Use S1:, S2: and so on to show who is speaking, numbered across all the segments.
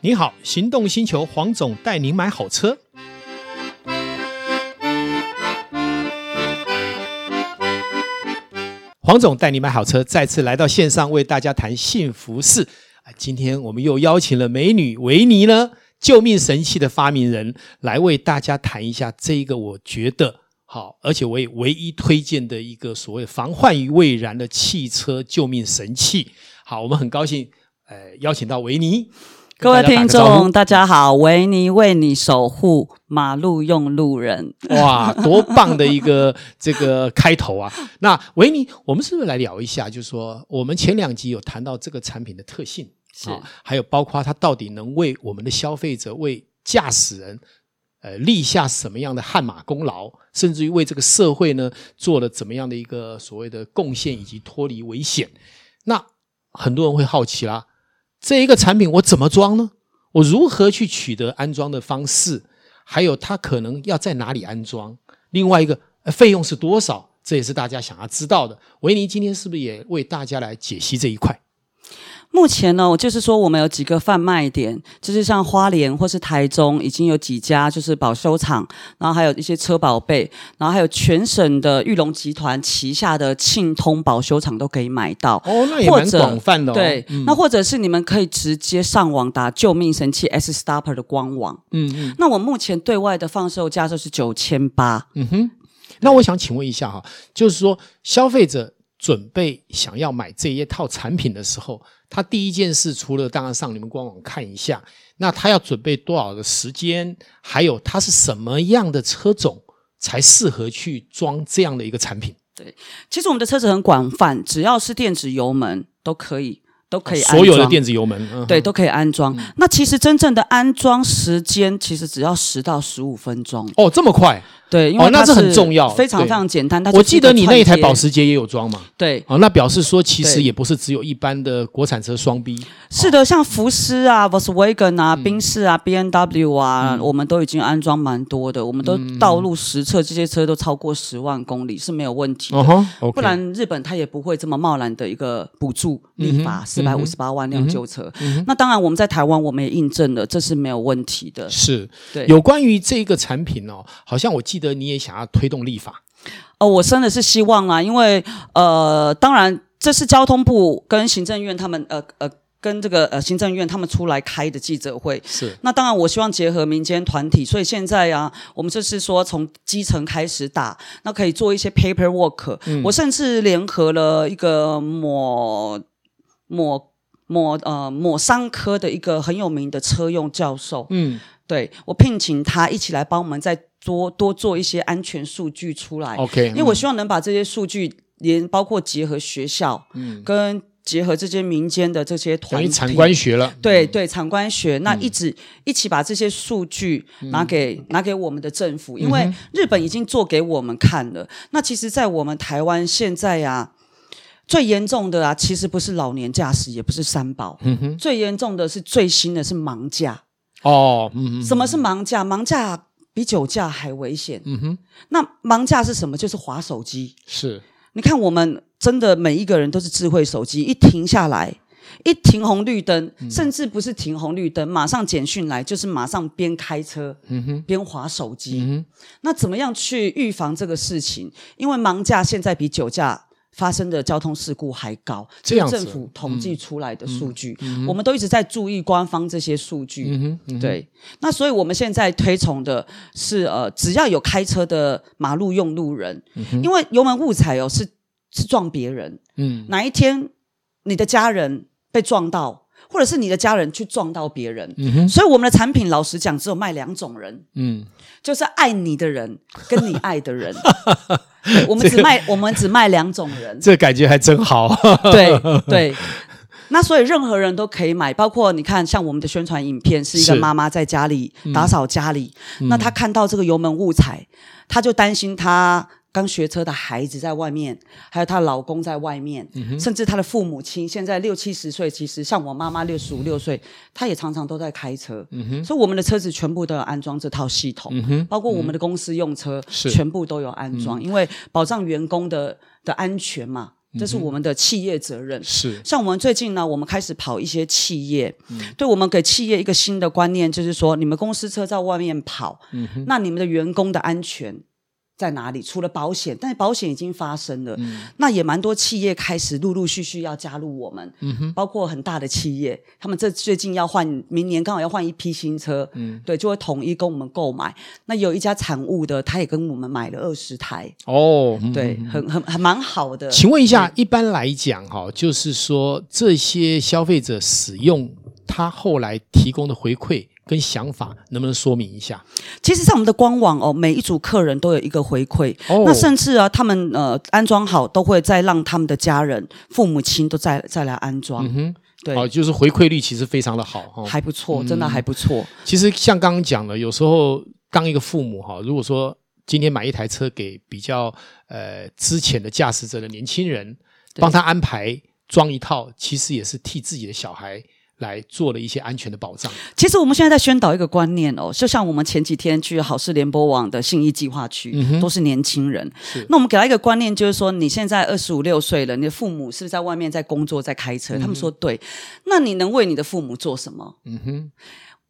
S1: 你好，行动星球黄总带您买好车。黄总带你买好车，再次来到线上为大家谈幸福事啊！今天我们又邀请了美女维尼呢，救命神器的发明人，来为大家谈一下这一个我觉得好，而且我也唯一推荐的一个所谓防患于未然的汽车救命神器。好，我们很高兴，呃，邀请到维尼。
S2: 各
S1: 跟
S2: 位
S1: 大家
S2: 听
S1: 打个招呼
S2: 众，大家好，维尼为你守护马路用路人。
S1: 哇，多棒的一个这个开头啊！那维尼，我们是不是来聊一下？就是说，我们前两集有谈到这个产品的特性，
S2: 是
S1: 啊还有包括它到底能为我们的消费者、为驾驶人，呃，立下什么样的汗马功劳，甚至于为这个社会呢做了怎么样的一个所谓的贡献，以及脱离危险。那很多人会好奇啦，这一个产品我怎么装呢？我如何去取得安装的方式？还有它可能要在哪里安装？另外一个、呃费用是多少？这也是大家想要知道的。维尼今天是不是也为大家来解析这一块？
S2: 目前呢，我就是说我们有几个贩卖点，就是像花莲或是台中已经有几家就是保修厂，然后还有一些车宝贝，然后还有全省的玉龙集团旗下的庆通保修厂都可以买到。
S1: 哦，那也
S2: 或
S1: 蛮
S2: 者
S1: 广泛的、哦。
S2: 对，那或者是你们可以直接上网打“救命神器 S Stopper” 的官网。
S1: 嗯嗯
S2: 那我目前对外的放售价就是九千八，
S1: 嗯哼。那我想请问一下哈，就是说消费者准备想要买这一套产品的时候，他第一件事除了当然上你们官网看一下，那他要准备多少的时间，还有他是什么样的车种才适合去装这样的一个产品？
S2: 其实我们的车子很广泛，只要是电子油门都可以，都可以安
S1: 啊
S2: 装。
S1: 所有的电子油嗯门，嗯哼
S2: 对，都可以安装。那其实真正的安装时间其实只要十到十五分钟。
S1: 哦，这么快？
S2: 对，因为
S1: 哦那
S2: 它
S1: 这很
S2: 是
S1: 重要
S2: 非常
S1: 对
S2: 非常简单。它
S1: 我
S2: 就是
S1: 记得
S2: 个
S1: 你那
S2: 串
S1: 一台
S2: 接
S1: 保时捷也有装嘛？
S2: 对，
S1: 哦，那表示说其实
S2: 对
S1: 也不是只有一般的国产车双 B
S2: 是的，像福斯啊、Volkswagen
S1: 嗯
S2: 啊、宾士啊、B N W 啊，我们都已经安装蛮多的。我们都
S1: 嗯
S2: 道路实测，这些车都超过十万公里是没有问题的。
S1: 哦哈，OK，
S2: 不然日本它也不会这么贸然的一个补助立
S1: 嗯
S2: 法四百五十八万辆旧车。那当然，我们在台湾我们也印证了，这是没有问题的。
S1: 是
S2: 对，
S1: 有关于这个产品哦，好像我记得你也想要推动立法，
S2: 哦，我真的是希望啦，因为呃，当然这是交通部跟行政院他们呃呃跟这个呃行政院他们出来开的记者会，
S1: 是
S2: 那当然，我希望结合民间团体，所以现在啊，我们就是说从基层开始打，那可以做一些 paperwork、我
S1: 嗯
S2: 甚至联合了一个某某某呃某商科的一个很有名的车用教授，
S1: 嗯
S2: 对我聘请他一起来帮我们再多多做一些安全数据出来。
S1: ，OK，
S2: 因为我
S1: 嗯
S2: 希望能把这些数据连包括结合学校，嗯，跟结合这些民间的这些团
S1: 等于
S2: 体，
S1: 产官学了，
S2: 对对，产官学
S1: 嗯
S2: 那一直、一起把这些数据拿给、拿给我们的政
S1: 嗯
S2: 府，因为日本已经做给我们看了。那其实，在我们台湾现在呀、最严重的啊，其实不是老年驾驶，也不是三宝，
S1: 嗯哼，
S2: 最严重的是最新的是盲驾。
S1: 哦，嗯嗯
S2: 什么是盲驾？盲驾比酒驾还危险。
S1: 嗯哼，
S2: 那盲驾是什么？就是划手机。
S1: 是
S2: 你看，我们真的每一个人都是智慧手机，一停下来，一停红绿灯，
S1: 嗯
S2: 甚至不是停红绿灯，马上简讯来，就是马上边开车，
S1: 嗯
S2: 边划手机。那怎么样去预防这个事情？因为盲驾现在比酒驾。发生的交通事故还高，
S1: 这样子嗯
S2: 是政府统计出来的数据，我们都一直在注意官方这些数据。
S1: 嗯哼
S2: 对，那所以我们现在推崇的是呃，只要有开车的马路用路人，因为油门误踩哦，是是撞别人。
S1: 嗯
S2: 哪一天你的家人被撞到，或者是你的家人去撞到别人，所以我们的产品老实讲，只有卖两种人，
S1: 嗯，
S2: 就是爱你的人跟你爱 的人。对我们只卖我们只卖两种人，
S1: 这感觉还真好，啊
S2: 对对。那所以任何人都可以买，包括你看，像我们的宣传影片是一嗯
S1: 是
S2: 个妈妈在家里打扫家里，那她看到这个油门误踩，她就担心她刚学车的孩子在外面，还有她老公在外面，甚至她的父母亲现在六七十岁，其实像我妈妈六十五六岁，她也常常都在开车，所以我们的车子全部都有安装这套系统，
S1: 嗯
S2: 包括我们的公司用车、
S1: 是
S2: 全部都有安装，因为保障员工的的安全嘛。这是我们的企业责任。
S1: 是
S2: 像我们最近呢，我们开始跑一些企业，对我们给企业一个新的观念，就是说，你们公司车在外面跑，那你们的员工的安全在哪里？除了保险，但是保险已经发生了，那也蛮多企业开始陆陆续续要加入我们，包括很大的企业，他们这最近要换，明年刚好要换一批新车，对，就会统一跟我们购买。那有一家产物的，他也跟我们买了二十台，
S1: 哦，嗯
S2: 对，很很很蛮好的。
S1: 请问一下，一般来讲哈，就是说这些消费者使用他后来提供的回馈跟想法，能不能说明一下？
S2: 其实，在我们的官网哦，每一组客人都有一个回馈。
S1: 哦
S2: 那甚至啊，他们呃安装好，都会再让他们的家人、父母亲都再再来安装。
S1: 哼
S2: 对，
S1: 哦，就是回馈率其实非常的好哦哈。
S2: 还不错，真的还不错。
S1: 其实像刚刚讲的，有时候当一个父母哈，如果说呃今天买一台车给比较呃之前的驾驶者的年轻人，
S2: 对
S1: 帮他安排装一套，其实也是替自己的小孩来做了一些安全的保障。
S2: 其实我们现在在宣导一个观念哦，就像我们前几天去好事联播网的信义计划区，都是年轻人
S1: 是。
S2: 那我们给他一个观念，就是说你现在二十五六岁了，你的父母是不是在外面在工作、在开车？他们说对，那你能为你的父母做什么？
S1: 嗯哼，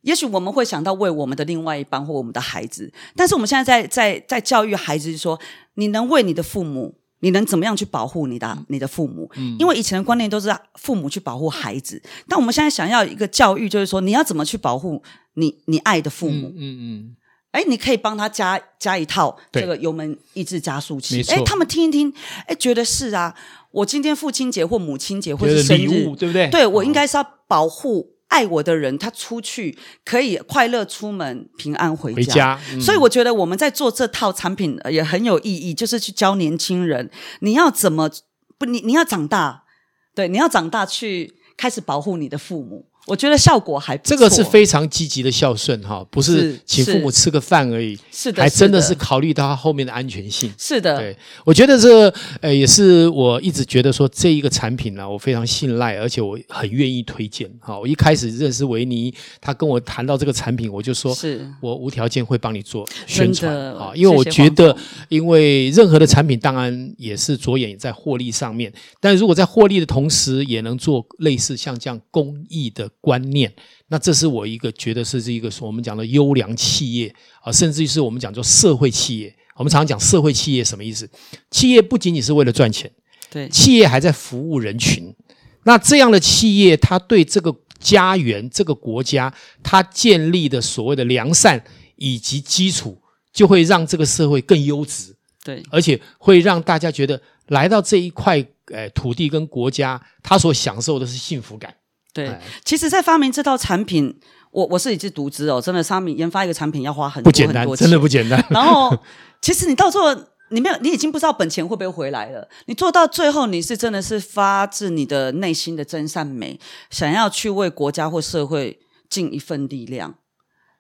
S2: 也许我们会想到为我们的另外一半或我们的孩子，但是我们现在在在在教育孩子说，你能为你的父母，你能怎么样去保护你的、
S1: 嗯
S2: 你的父母？因为以前的观念都是啊父母去保护孩子，但我们现在想要一个教育，就是说你要怎么去保护你你爱的父母
S1: 嗯？嗯
S2: 哎、你可以帮他加加一套
S1: 对
S2: 这个油门抑制加速器
S1: 没。错
S2: 哎，他们听一听，哎，觉得是啊，我今天父亲节或母亲
S1: 嗯，
S2: 节
S1: 觉
S2: 或
S1: 得哎
S2: 是生
S1: 礼
S2: 日，
S1: 物对不对？
S2: 对我应该是要保护爱我的人，他出去可以快乐出门，平安回家。
S1: 回家，嗯
S2: 啊所以我觉得我们在做这套产品呃也很有意义，就是去教年轻人，你要怎么不你你要长大，对，你要长大去开始保护你的父母。我觉得效果还不错
S1: 这个是非常积极的孝顺哈，不是
S2: 是
S1: 请父母吃个饭而已，
S2: 是的
S1: 还真的是
S2: 是的
S1: 考虑到他后面的安全性。
S2: 是的，
S1: 对，我觉得这呃也是我一直觉得说这一个产品呢、啊我非常信赖，而且我很愿意推荐。哈，我一开始认识维尼，他跟我谈到这个产品，我就说
S2: 是
S1: 我无条件会帮你做宣传
S2: 真的
S1: 啊，因为我
S2: 谢谢
S1: 觉
S2: 黄
S1: 得，因为任何的产品当然也是着眼在获利上面，但如果在获利的同时，也能做类似像这样公益的观念，那这是我一个觉得是这一个我们讲的优良企业啊，甚至于是我们讲做社会企业。我们常常讲社会企业什么意思？企业不仅仅是为了赚钱，
S2: 对
S1: 企业还在服务人群。那这样的企业，它对这个家园、这个国家，它建立的所谓的良善以及基础，就会让这个社会更优质，
S2: 对
S1: 而且会让大家觉得来到这一块呃土地跟国家，他所享受的是幸福感。
S2: 对
S1: 哎。
S2: 其实，在发明这套产品，我我是一只独资哦，真的，发明研发一个产品要花很
S1: 不
S2: 多
S1: 简
S2: 很
S1: 单，
S2: 多
S1: 真
S2: 钱
S1: 的。不简单。
S2: 然后， 其实你到最后，你没有，你已经不知道本钱会不会回来了。你做到最后，你是真的是发自你的内心的真善美，想要去为国家或社会尽一份力量。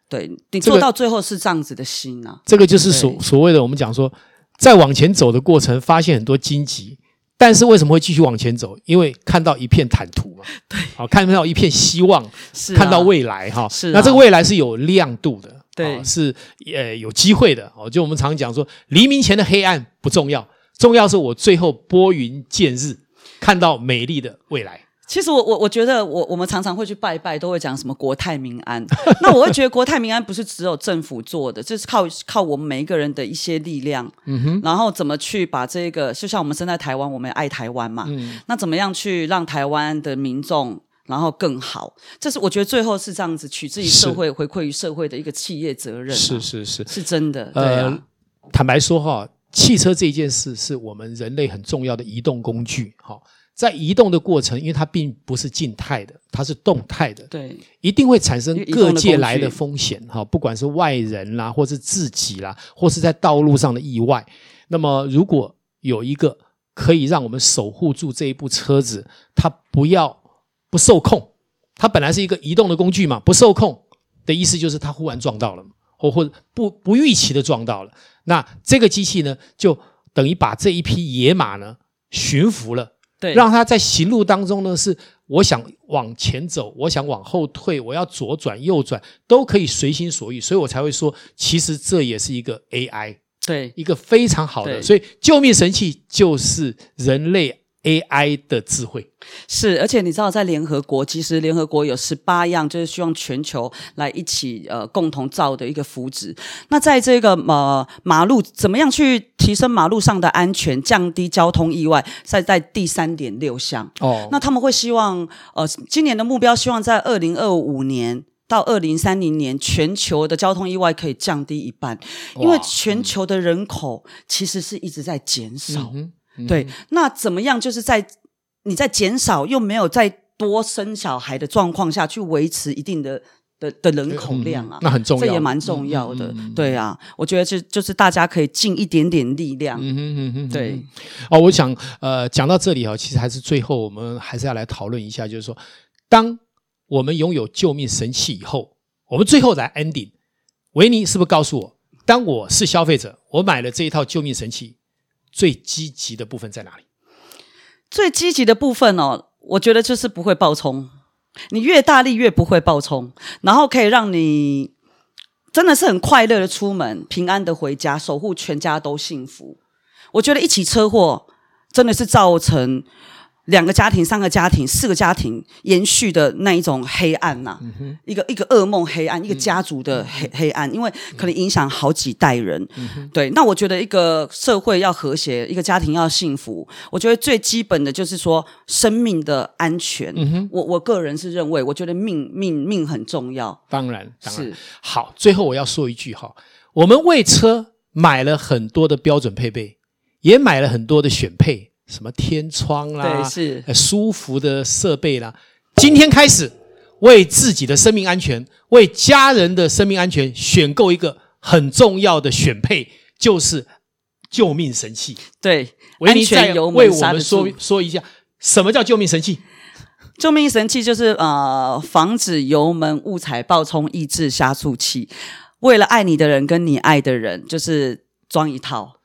S2: 对你
S1: 这
S2: 做
S1: 个
S2: 到最后是这样子的心啊，
S1: 这个就是所所谓的我们讲说，在往前走的过程，发现很多荆棘，但是为什么会继续往前走？因为看到一片坦途 嘛，对，好、看到一片希望，
S2: 是啊
S1: 看到未来哈。
S2: 是啊
S1: 那这个未来是有亮度的，
S2: 对
S1: 啊是呃有机会的。哦，就我们常讲说，黎明前的黑暗不重要，重要是我最后拨云见日，看到美丽的未来。
S2: 其实我我我觉得我我们常常会去拜拜，都会讲什么国泰民安。 那我会觉得国泰民安不是只有政府做的，这是靠靠我们每一个人的一些力量。嗯哼，然后怎么去把这个，就像我们生在台湾，我们爱台湾嘛，那怎么样去让台湾的民众？然后更好，这是我觉得最后是这样子，取之于社会，回馈于社会的一个企业责任啊、
S1: 是是是，
S2: 是真的，对
S1: 呃，
S2: 啊，
S1: 坦白说哈，汽车这件事是我们人类很重要的移动工具。哈，在移动的过程，因为它并不是静态的，它是动态的，
S2: 对
S1: 一定会产生
S2: 因为移动的
S1: 各
S2: 工具
S1: 界来的风险。哈，不管是外人啦，或是自己啦，或是在道路上的意外。那么，如果有一个可以让我们守护住这一部车子，它不要不受控，它本来是一个移动的工具嘛，不受控的意思就是它忽然撞到了，或或者不不预期的撞到了。那这个机器呢，就等于把这一匹野马呢驯服了，
S2: 对，
S1: 让它在行路当中呢是。我想往前走，我想往后退，我要左转右转，都可以随心所欲，所以我才会说，其实这也是一个 AI，
S2: 对
S1: 一个非常好的，
S2: 对
S1: 所以救命神器就是人类 AI 的智慧。
S2: 是，而且你知道，在联合国，其实联合国有十八样，就是希望全球来一起呃共同造的一个福祉。那在这个呃马路怎么样去提升马路上的安全，降低交通意外，在在第三点六项。
S1: 哦，
S2: 那他们会希望呃今年的目标，希望在二零二五年。到二零三零年，全球的交通意外可以降低一半，因
S1: 哇
S2: 为
S1: 嗯
S2: 全球的人口其实是一直在减少。
S1: 嗯哼
S2: 对，，那怎么样？就是在你在减少又没有再多生小孩的状况下去维持一定的的的人口量啊
S1: 嗯，那很重要，
S2: 这也蛮重要的。
S1: 嗯嗯嗯嗯
S2: 对啊，我觉得这就是大家可以尽一点点力量。
S1: 嗯哼嗯哼，
S2: 对。
S1: 哦，我想呃，讲到这里啊、其实还是最后我们还是要来讨论一下，就是说，当我们拥有救命神器以后，我们最后来 ending，维尼是不是告诉我，当我是消费者，我买了这一套救命神器，最积极的部分在哪里？
S2: 最积极的部分哦，我觉得就是不会爆冲。你越大力越不会爆冲，然后可以让你真的是很快乐的出门，平安的回家，守护全家都幸福。我觉得一起车祸真的是造成两个家庭、三个家庭、四个家庭延续的那一种黑暗呐、一个一个噩梦黑
S1: 嗯
S2: 暗，一个家族的黑、黑暗，因为可能影响好几代人。
S1: 嗯
S2: 对，那我觉得一个社会要和谐，一个家庭要幸福，我觉得最基本的就是说生命的安全。
S1: 嗯
S2: 我我个人是认为，我觉得命命命很重要。
S1: 当然，当然
S2: 是，
S1: 好。最后我要说一句哈，我们为车买了很多的标准配备，也买了很多的选配，什么天窗啦，
S2: 对是
S1: 呃舒服的设备啦。今天开始，为自己的生命安全，为家人的生命安全，选购一个很重要的选配，就是救命神器。
S2: 对，
S1: 维
S2: 安
S1: 尼再
S2: 全油
S1: 为
S2: 门
S1: 我
S2: 刹得
S1: 们说
S2: 住。
S1: 说一下，什么叫救命神器？
S2: 救命神器就是呃，防止油门误踩、爆冲、抑制加速器。为了爱你的人跟你爱的人，就是装一套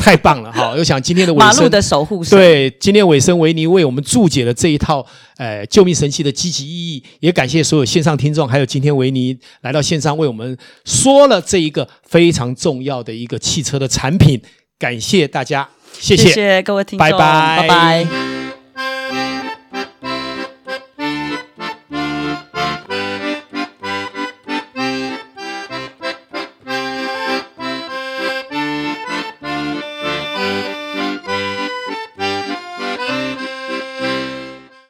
S1: 太棒了哈！我想今天 的尾
S2: 马
S1: 声
S2: 路的守护神。
S1: 对，今天尾声，维尼为我们注解了这一套呃救命神器的积极意义，也感谢所有线上听众，还有今天维尼来到线上为我们说了这一个非常重要的一个汽车的产品，感谢大家，谢
S2: 谢谢各位听众，
S1: 拜拜
S2: 拜拜